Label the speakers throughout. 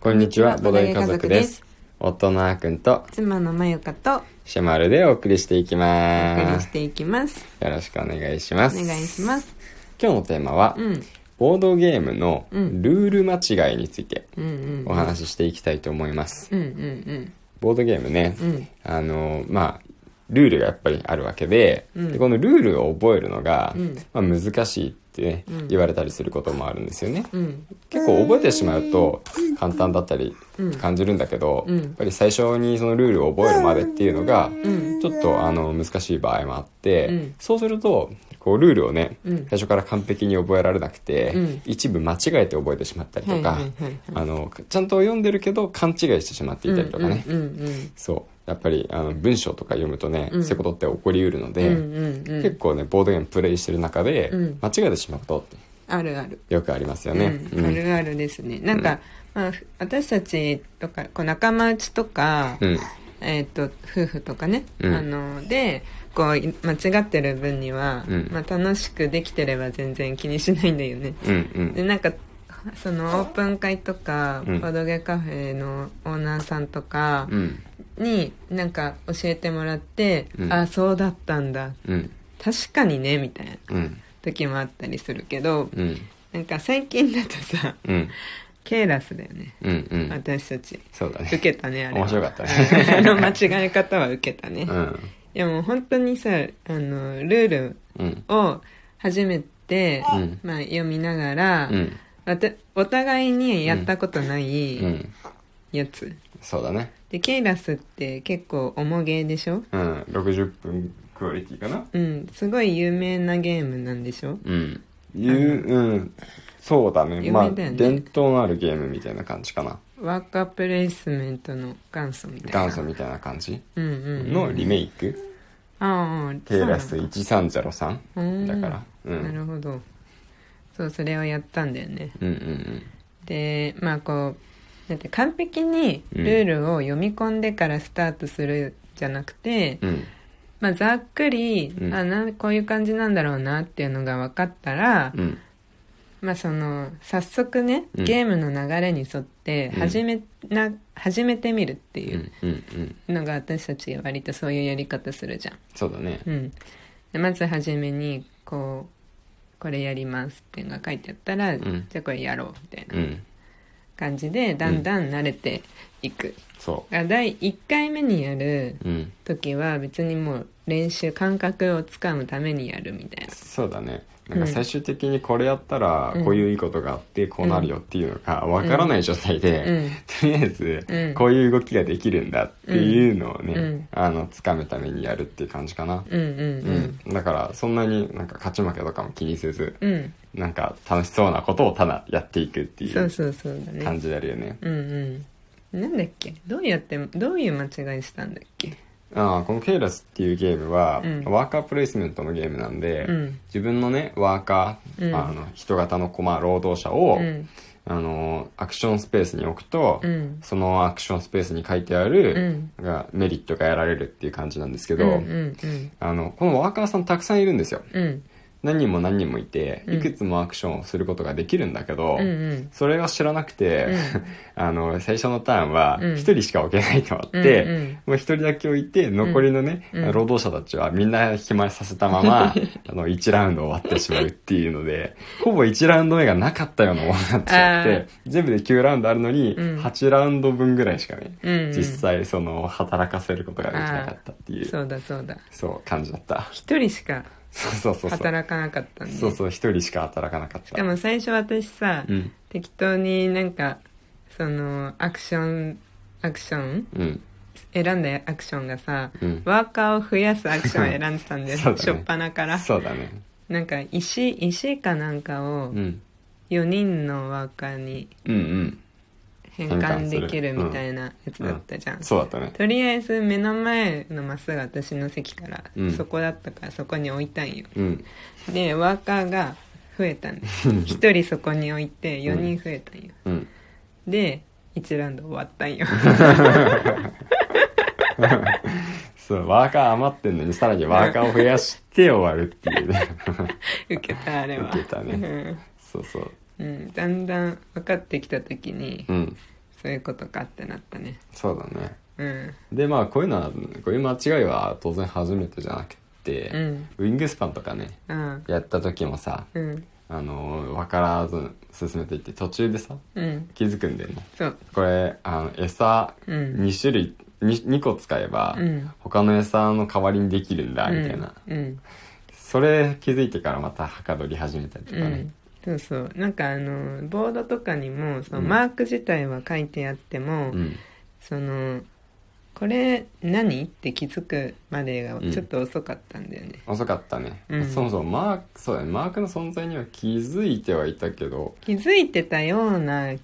Speaker 1: こんにちは、ボドゲ家族です。夫のあーくんと
Speaker 2: 妻のまゆかと
Speaker 1: シェマルでお送りしていき
Speaker 2: お送
Speaker 1: ま
Speaker 2: り
Speaker 1: す
Speaker 2: し。ていきます。
Speaker 1: よろしくお願いしま
Speaker 2: お
Speaker 1: す。
Speaker 2: 願いします。
Speaker 1: 今日のテーマは、
Speaker 2: うん
Speaker 1: ボードゲームの
Speaker 2: うん
Speaker 1: ルール間違いについて
Speaker 2: うんうん
Speaker 1: お話ししていきたいと思います。
Speaker 2: うんうん
Speaker 1: ボードゲームね、
Speaker 2: うん
Speaker 1: あの、まあ、ルールがやっぱりあるわけで、でこのルールを覚えるのが、まあ、難しいってね、言われたりすることもあるんですよね。
Speaker 2: うんうん
Speaker 1: 結構覚えてしまうと簡単だったり感じるんだけど、
Speaker 2: ん
Speaker 1: やっぱり最初にそのルールを覚えるまでっていうのが
Speaker 2: ん
Speaker 1: ちょっとあの難しい場合もあって、
Speaker 2: ん
Speaker 1: そうするとこうルールをね、
Speaker 2: うん
Speaker 1: 最初から完璧に覚えられなくて、
Speaker 2: うん
Speaker 1: 一部間違えて覚えてしまったりとか、
Speaker 2: はいはいはいはい
Speaker 1: あのちゃんと読んでるけど勘違いしてしまっていたりとかね、
Speaker 2: うんうん
Speaker 1: そうやっぱりあの文章とか読むとね、そういうことって起こりうるので、
Speaker 2: うんうんうん
Speaker 1: 結構ねボードゲームプレイしてる中で
Speaker 2: うん
Speaker 1: 間違えてしまうことって
Speaker 2: あるある。
Speaker 1: よくありますよね。
Speaker 2: うん、あるあるですね。なんか、まあふ私たちとかこう仲間内とか、
Speaker 1: うん
Speaker 2: えっと夫婦とかね、
Speaker 1: うん
Speaker 2: あのでこうい間違ってる分には、
Speaker 1: うん
Speaker 2: まあ楽しくできてれば全然気にしないんだよね。
Speaker 1: うんうん
Speaker 2: でなんかそのオープン会とか、
Speaker 1: うん
Speaker 2: ボードゲカフェのオーナーさんとか
Speaker 1: うん
Speaker 2: になんか教えてもらって、
Speaker 1: うん
Speaker 2: あそうだったんだ
Speaker 1: うん
Speaker 2: 確かにねみたいな
Speaker 1: うん
Speaker 2: 時もあったりするけど
Speaker 1: うん
Speaker 2: なんか最近だとさ
Speaker 1: うん
Speaker 2: ケーラスだよね、
Speaker 1: うんうん
Speaker 2: 私たち
Speaker 1: そうだ
Speaker 2: 受
Speaker 1: ね
Speaker 2: けたねあれは
Speaker 1: 面白かったね
Speaker 2: あの間違え方は受けたね、
Speaker 1: う
Speaker 2: い
Speaker 1: ん
Speaker 2: やもう本当にさあのルール
Speaker 1: うん
Speaker 2: を初めて、
Speaker 1: うん
Speaker 2: まあ、読みながら、
Speaker 1: うん
Speaker 2: わたお互いにやったことない
Speaker 1: うん
Speaker 2: やつ、
Speaker 1: そうだね
Speaker 2: でケイラスって結構重ゲーでしょ
Speaker 1: うん60分クオリティかな
Speaker 2: うんすごい有名なゲームなんでしょ
Speaker 1: うんいううんそうだね
Speaker 2: 有名
Speaker 1: まあ
Speaker 2: だよね
Speaker 1: 伝統のあるゲームみたいな感じかな
Speaker 2: ワーカープレイスメントの元祖みたいな
Speaker 1: 元祖みたいな感じ
Speaker 2: うんうん
Speaker 1: のリメイク
Speaker 2: ああ
Speaker 1: 「ケイラ
Speaker 2: そ
Speaker 1: ス
Speaker 2: うなんだ
Speaker 1: 1303」だからう
Speaker 2: なんるほどそうそれをやったんだよね
Speaker 1: うんうん
Speaker 2: でまあこうだって完璧にルールを読み込んでからスタートするじゃなくて、
Speaker 1: うんうん
Speaker 2: まあ、ざっくり、
Speaker 1: うん
Speaker 2: あなんこういう感じなんだろうなっていうのが分かったら、
Speaker 1: うん
Speaker 2: まあ、その早速ね
Speaker 1: うん
Speaker 2: ゲームの流れに沿って
Speaker 1: うん
Speaker 2: 始め,、な始めてみるって
Speaker 1: う
Speaker 2: いうん
Speaker 1: うんうん
Speaker 2: のが私たち割とそういうやり方するじゃん。
Speaker 1: そうだね
Speaker 2: うん、でまず初めにこうこれやりますっていうのが書いてあったら、
Speaker 1: ん
Speaker 2: じゃあこれやろうみたいうなん感じでだんだん慣れていく。
Speaker 1: そ
Speaker 2: が第1回目にやる
Speaker 1: ううん
Speaker 2: 時は別にもう練習感覚をつかむためにやるみたいな
Speaker 1: そうだねなんか
Speaker 2: うん
Speaker 1: 最終的にこれやったら
Speaker 2: うん
Speaker 1: こういういいことがあってこうなるよっていうのがわからない状態で、
Speaker 2: うん
Speaker 1: とりあえ
Speaker 2: う
Speaker 1: ず
Speaker 2: ん
Speaker 1: こういう動きができるんだっていうのをね、
Speaker 2: うん
Speaker 1: あの掴むためにやるっていう感じかな、
Speaker 2: うんうんうん
Speaker 1: うんだからそんなになんか勝ち負けとかも気にせず、
Speaker 2: うん、
Speaker 1: なんか楽しそうなことをただやっていくってい
Speaker 2: そう
Speaker 1: う
Speaker 2: そうそうだね
Speaker 1: 感じであるよね
Speaker 2: うんうんなんだっけどうやってどういう間違いしたんだっけ
Speaker 1: ああこのケイラスっていうゲームは、
Speaker 2: うん
Speaker 1: ワーカープレイスメントのゲームなんで、
Speaker 2: うん
Speaker 1: 自分のねワーカー、
Speaker 2: うん
Speaker 1: あの人型の駒労働者を、
Speaker 2: うん
Speaker 1: あのアクションスペースに置くと、
Speaker 2: うん
Speaker 1: そのアクションスペースに書いてある
Speaker 2: ん、
Speaker 1: なんかメリットが得られるっていう感じなんですけ
Speaker 2: う
Speaker 1: ど、
Speaker 2: んうん
Speaker 1: あのこのワーカーさんたくさんいるんですよ
Speaker 2: うんうん
Speaker 1: 何人も何人もいて
Speaker 2: うん
Speaker 1: いくつもアクションをすることができるんだけど、
Speaker 2: うんうん
Speaker 1: それを知らなくて、 あの最初のターンは
Speaker 2: うん
Speaker 1: 1人しか置けないとあって、
Speaker 2: うんうん
Speaker 1: もう1人だけ置いて残りのね、
Speaker 2: うん
Speaker 1: 労働者たちはみんな暇させたま まあの1ラウンド終わってしまうっていうのでほぼ1ラウンド目がなかったようなものになっちゃっ
Speaker 2: あ
Speaker 1: て
Speaker 2: ー
Speaker 1: 全部で9ラウンドあるのに、
Speaker 2: うん
Speaker 1: 8ラウンド分ぐらいしかね、
Speaker 2: うんうん
Speaker 1: 実際その働かせることができなかったっていう
Speaker 2: そうだそうだ
Speaker 1: そう感じだった
Speaker 2: 一人しか
Speaker 1: そうそうそうそう
Speaker 2: 働かなかったんで
Speaker 1: そうそう1人しか働かなかっ
Speaker 2: しか
Speaker 1: た
Speaker 2: も最初私さ、
Speaker 1: うん
Speaker 2: 適当になんかそのアクションアクション
Speaker 1: うん
Speaker 2: 選んだアクションがさ、
Speaker 1: うん
Speaker 2: ワーカーを増やすアクションを選んでたんだよ、
Speaker 1: そうだね
Speaker 2: しょっぱなから
Speaker 1: そうだね
Speaker 2: なんか石石かなんかを
Speaker 1: うん
Speaker 2: 4人のワーカーに
Speaker 1: うんうん
Speaker 2: 変換できるみたいなやつだったじゃん、
Speaker 1: そうだったね
Speaker 2: とりあえず目の前のマスが私の席から、
Speaker 1: うん
Speaker 2: そこだったからそこに置いたんよ
Speaker 1: うん
Speaker 2: でワーカーが増え たんです一人そこに置いて4人増えたんよ、
Speaker 1: うん
Speaker 2: で1ラウンド終わった んよ
Speaker 1: そうワーカー余ってんのにさらにワーカーを増やして終わるっていう ね
Speaker 2: 受けたあれは
Speaker 1: 受けたね
Speaker 2: うん
Speaker 1: そうそう
Speaker 2: うん、だんだん分かってきた時に、
Speaker 1: うん
Speaker 2: そういうことかってなったね
Speaker 1: そうだね
Speaker 2: うん
Speaker 1: でまあこういうのはこういう間違いは当然初めてじゃなくて、
Speaker 2: うん
Speaker 1: ウィングスパンとかね
Speaker 2: うん
Speaker 1: やった時もさ
Speaker 2: うん
Speaker 1: あの分からず進めていって途中でさ
Speaker 2: うん
Speaker 1: 気づくんだよね
Speaker 2: そう
Speaker 1: これあの餌
Speaker 2: うん
Speaker 1: 2種類、に 2, 個使えば、
Speaker 2: うん
Speaker 1: 他の餌の代わりにできるんだみたいな、
Speaker 2: うん
Speaker 1: それ気づいてからまたはかどり始めたりと
Speaker 2: う
Speaker 1: か
Speaker 2: ん、う
Speaker 1: ね
Speaker 2: ん、そうそうなんかあのボードとかにもその
Speaker 1: うん
Speaker 2: マーク自体は書いてあっても、
Speaker 1: うん
Speaker 2: そのこれ何って気づくまでがちょっと遅かったんだよね、
Speaker 1: 遅かったね、
Speaker 2: うん
Speaker 1: そもそもマークそうだねマークの存在には気づいてはいたけど、
Speaker 2: 気づいてたような
Speaker 1: うん、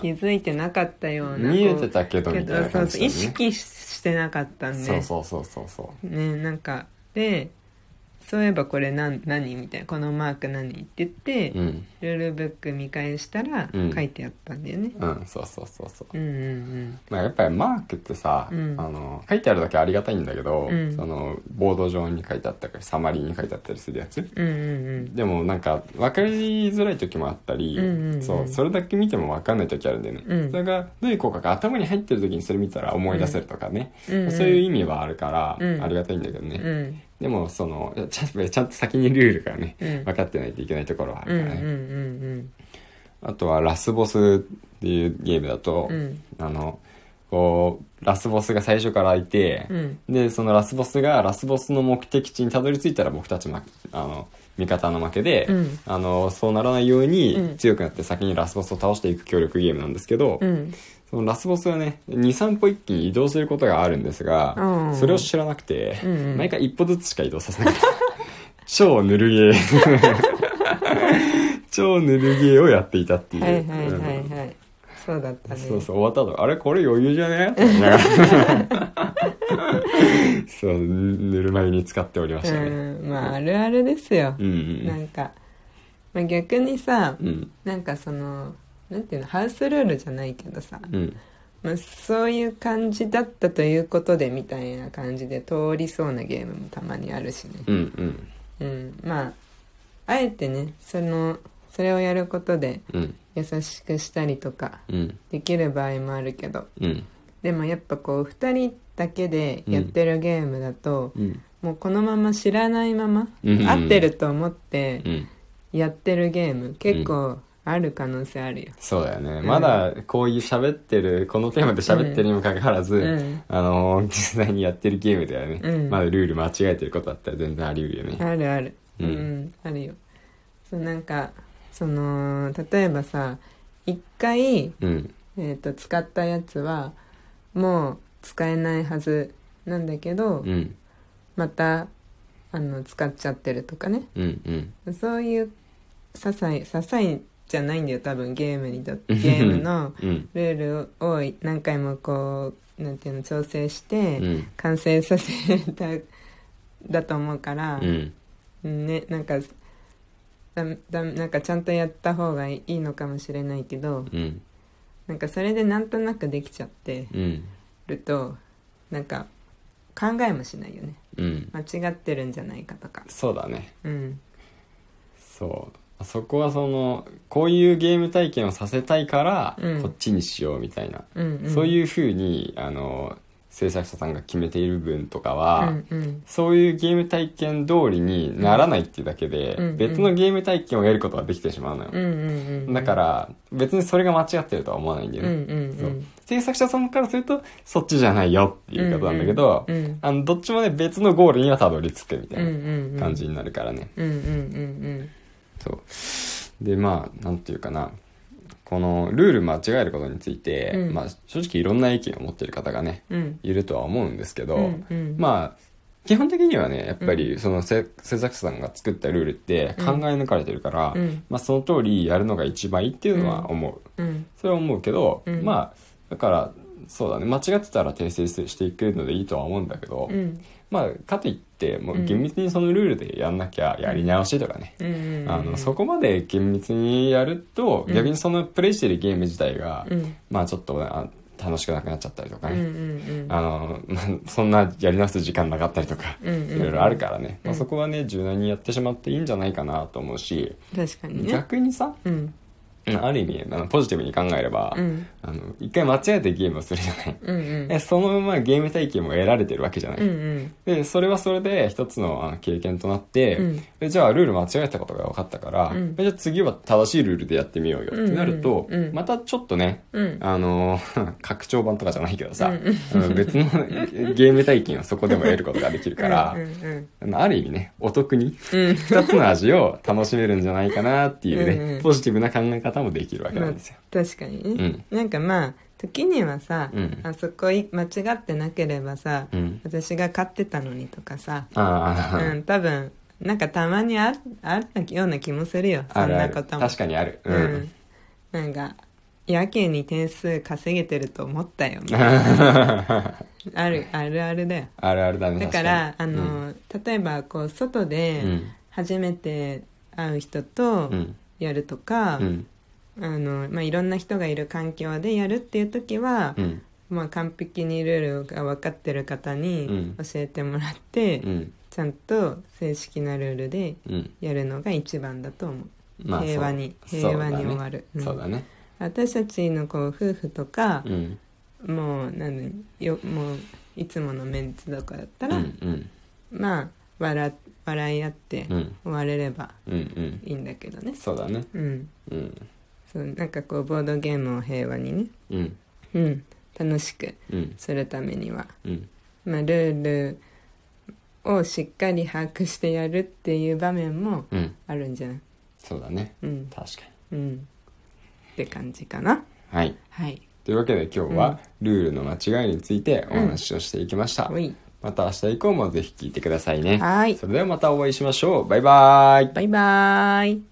Speaker 2: 気づいてなかったような
Speaker 1: 見えて
Speaker 2: こ
Speaker 1: たけ
Speaker 2: う
Speaker 1: どみたい
Speaker 2: け
Speaker 1: な
Speaker 2: どそ
Speaker 1: 感
Speaker 2: う
Speaker 1: じ
Speaker 2: そう
Speaker 1: だよ
Speaker 2: 意
Speaker 1: ね
Speaker 2: 識してなかったんで
Speaker 1: そうそうそうそうそう
Speaker 2: ねなんかでそういえばこれなん何みたいなこのマーク何って言って、
Speaker 1: うん
Speaker 2: ルールブック見返したら
Speaker 1: うん
Speaker 2: 書いてあったんだよね、
Speaker 1: うんそうそうそうそう
Speaker 2: うん、うん
Speaker 1: まあやっぱりマークってさ、
Speaker 2: うん
Speaker 1: あの書いてあるだけありがたいんだけど、
Speaker 2: うん
Speaker 1: そのボード上に書いてあったりサマリーに書いてあったりするやつ
Speaker 2: うんうんうん
Speaker 1: でもなんか分かりづらい時もあったり、
Speaker 2: うんうんうん
Speaker 1: そうそれだけ見ても分かんない時あるんだよね、
Speaker 2: うん
Speaker 1: それがどういう効果か頭に入ってる時にそれ見たら思い出せるとかね、
Speaker 2: うんうんうん
Speaker 1: そういう意味はあるから
Speaker 2: うん
Speaker 1: ありがたいんだけどね、
Speaker 2: うんうん
Speaker 1: でもそのちゃんちゃんと先にルールがね、
Speaker 2: うん
Speaker 1: 分かってないといけないところはあ
Speaker 2: うんう
Speaker 1: る
Speaker 2: ん
Speaker 1: からね、
Speaker 2: うん
Speaker 1: あとはラスボスっていうゲームだと、
Speaker 2: うん
Speaker 1: あのこうラスボスが最初からいて、
Speaker 2: うん
Speaker 1: でそのラスボスがラスボスの目的地にたどり着いたら僕たちまあの味方の負けで、
Speaker 2: うん
Speaker 1: あのそうならないよう
Speaker 2: う
Speaker 1: に
Speaker 2: ん
Speaker 1: 強くなって先にラスボスを倒していく協力ゲームなんですけど、
Speaker 2: うん
Speaker 1: そのラスボスはね23歩一気に移動することがあるんですが、
Speaker 2: うん
Speaker 1: それを知らなくて、
Speaker 2: うんうん
Speaker 1: 毎回一歩ずつしか移動させなかった 超ぬるゲー 超ぬるゲーをやっていたっていう。
Speaker 2: はいはいはい
Speaker 1: うん
Speaker 2: はいそうだったね
Speaker 1: そうそう終わった後あれこれ余裕じゃねって思いながらそうぬるま湯に使っておりましたね
Speaker 2: うんまああるあるですよ
Speaker 1: う、んう
Speaker 2: なんんか、まあ、逆にさ、
Speaker 1: うん
Speaker 2: なんかそのなんていうのハウスルールじゃないけどさ、
Speaker 1: うん
Speaker 2: まあ、そういう感じだったということでみたいな感じで通りそうなゲームもたまにあるしね
Speaker 1: うんうん
Speaker 2: うんまああえてねそのそれをやることで
Speaker 1: うん
Speaker 2: 優しくしたりとか
Speaker 1: うん
Speaker 2: できる場合もあるけど
Speaker 1: うん
Speaker 2: でもやっぱこう2人だけでやってるゲームだと、
Speaker 1: うん
Speaker 2: もうこのまま知らないまま、
Speaker 1: うん
Speaker 2: 合ってると思って
Speaker 1: うん
Speaker 2: やってるゲーム結構ある可能性あるよ。
Speaker 1: そうだよね、
Speaker 2: ん
Speaker 1: まだこういう喋ってるこのテーマで喋ってるにもかかわらず、
Speaker 2: うん
Speaker 1: あのー実際にやってるゲームではね、
Speaker 2: うん
Speaker 1: まだルール間違えてることだったら全然あり得るよね
Speaker 2: あるある
Speaker 1: う
Speaker 2: うんん、あるよそうなんかその例えばさ一回、
Speaker 1: うん
Speaker 2: えー、と使ったやつはもう使えないはずなんだけど、
Speaker 1: うん
Speaker 2: またあの使っちゃってるとかね
Speaker 1: うんうん
Speaker 2: そういう些細些細じゃないんだよ多分ゲームにとってゲームの
Speaker 1: うん
Speaker 2: ルールを何回もこうなんていうの調整して、
Speaker 1: うん
Speaker 2: 完成させただと思うから、
Speaker 1: うん
Speaker 2: ねなんかだだなんかちゃんとやった方がいいのかもしれないけど
Speaker 1: うん
Speaker 2: なんかそれでなんとなくできちゃって
Speaker 1: うん
Speaker 2: るとなんか考えもしないよね
Speaker 1: うん
Speaker 2: 間違ってるんじゃないかとか
Speaker 1: そうだね
Speaker 2: うん
Speaker 1: そうそこはそのこういうゲーム体験をさせたいから、
Speaker 2: うん
Speaker 1: こっちにしようみたいな、
Speaker 2: うんうん
Speaker 1: そう
Speaker 2: う
Speaker 1: いうふうにあの制作者さんが決めている分とかは、
Speaker 2: んうん
Speaker 1: そういうゲーム体験通りにならないっていうだけで、
Speaker 2: うんうん
Speaker 1: 別のゲーム体験をやることができてしまうのよ、
Speaker 2: うんうんうん
Speaker 1: だから別にそれが間違ってるとは思わないんだ
Speaker 2: うん
Speaker 1: よね、
Speaker 2: うんうん
Speaker 1: そう制作者さんからするとそっちじゃないよっていうことなんだけど、
Speaker 2: うんうん
Speaker 1: あのどっちもね別のゴールにはたどり着くみた
Speaker 2: うんう
Speaker 1: い
Speaker 2: んうん
Speaker 1: な感じになるからね、
Speaker 2: うんうんうん
Speaker 1: そうでまあなんていうかなこのルール間違えることについて、
Speaker 2: うん
Speaker 1: まあ、正直いろんな意見を持ってる方がね
Speaker 2: うんうん
Speaker 1: いるとは思うんですけど、
Speaker 2: うんうん
Speaker 1: まあ基本的にはねやっぱりそのせ制作者さんが作ったルールって考え抜かれてるから、
Speaker 2: うん
Speaker 1: まあ、その通りやるのが一番いいっていうのは思う、
Speaker 2: うん
Speaker 1: それは思うけど、
Speaker 2: うん
Speaker 1: まあだからそうだね間違ってたら訂正していくのでいいとは思うんだけど、
Speaker 2: うん
Speaker 1: まあかといってもううん厳密にそのルールでやんなきゃやり直しとかね、
Speaker 2: うんうん
Speaker 1: あのそこまで厳密にやると、
Speaker 2: うん
Speaker 1: 逆にそのプレイしてるゲーム自体が、
Speaker 2: うん
Speaker 1: まあちょっとあ楽しくなくなっちゃったりとか
Speaker 2: うんう
Speaker 1: ね、
Speaker 2: ん
Speaker 1: あのまあそんなやり直す時間なかったりとか、
Speaker 2: うんうんうん
Speaker 1: いろいろあるからね、まあ、
Speaker 2: うん
Speaker 1: そこはね柔軟にやってしまっていいんじゃないかなと思うし、
Speaker 2: 確かにね
Speaker 1: 逆にさ
Speaker 2: うん
Speaker 1: うんある意味あのポジティブに考えれば、
Speaker 2: うん
Speaker 1: あの一回間違えてゲームをするじゃない、
Speaker 2: うんうん
Speaker 1: でそのままゲーム体験も得られてるわけじゃない、
Speaker 2: うんうん
Speaker 1: でそれはそれで一つのあの経験となって、
Speaker 2: うん
Speaker 1: でじゃあルール間違えたことが分かったから、
Speaker 2: うん
Speaker 1: でじゃあ次は正しいルールでやってみようよってなると、
Speaker 2: うんうんうん
Speaker 1: またちょっとね、
Speaker 2: うん
Speaker 1: あのー 拡張版とかじゃないけどさ、
Speaker 2: うん
Speaker 1: あの別の ゲーム体験をそこでも得ることができるから
Speaker 2: うんうん
Speaker 1: あのある意味ねお得に
Speaker 2: うん
Speaker 1: 2つの味を楽しめるんじゃないかなっていうね
Speaker 2: うんうん
Speaker 1: ポジティブな考え方もできるわけ
Speaker 2: ま
Speaker 1: な
Speaker 2: あ
Speaker 1: んですよ。
Speaker 2: 確かにね、なんかまあ時にはさ、
Speaker 1: うん
Speaker 2: あそこい間違ってなければさ、
Speaker 1: うん
Speaker 2: 私が勝ってたのにとかさ、
Speaker 1: あー
Speaker 2: うん、多分なんかたまにああったような気もするよそ
Speaker 1: あ
Speaker 2: ん
Speaker 1: るあ
Speaker 2: な
Speaker 1: る
Speaker 2: ことも
Speaker 1: 確かにある、う
Speaker 2: うんん、なんかやけに点数稼げてると思ったよみたいなあるあるあるだよ
Speaker 1: あるあるだね
Speaker 2: だから
Speaker 1: 確
Speaker 2: あ
Speaker 1: に
Speaker 2: の、例えばこう外で
Speaker 1: うん
Speaker 2: 初めて会う人と
Speaker 1: うん
Speaker 2: やるとか、
Speaker 1: うん
Speaker 2: あのまあ、いろんな人がいる環境でやるっていう時は、
Speaker 1: うん
Speaker 2: まあ、完璧にルールが分かってる方に
Speaker 1: う
Speaker 2: 教えてもらって、
Speaker 1: うん
Speaker 2: ちゃんと正式なルールで
Speaker 1: うん
Speaker 2: やるのが一番だと思う、
Speaker 1: まあそう
Speaker 2: 平和に平和に終わるうん
Speaker 1: そうだね
Speaker 2: 私たちのこう夫婦とか
Speaker 1: そうだね、うん
Speaker 2: もうなんよもういつものメンツとかだった
Speaker 1: うん
Speaker 2: ら、
Speaker 1: うん
Speaker 2: まあ笑笑い合って
Speaker 1: う
Speaker 2: 終
Speaker 1: ん
Speaker 2: われれば
Speaker 1: うんうん
Speaker 2: いいんだけどね、
Speaker 1: そうだね
Speaker 2: うん、
Speaker 1: うん
Speaker 2: そうなんかこうボードゲームを平和にね、
Speaker 1: うん
Speaker 2: うん、楽しく
Speaker 1: うん
Speaker 2: するためには、
Speaker 1: うん
Speaker 2: まあ、ルールをしっかり把握してやるっていう場面も
Speaker 1: うん
Speaker 2: あるんじゃない
Speaker 1: そうだね
Speaker 2: うん
Speaker 1: 確かに
Speaker 2: うんって感じかな
Speaker 1: はい
Speaker 2: はい
Speaker 1: というわけで今日はルールの間違いについてお話をしていきました、
Speaker 2: おい
Speaker 1: また明日以降もぜひ聞いてくださいね
Speaker 2: はい
Speaker 1: それではまたお会いしましょうバイバイ
Speaker 2: バイバーイ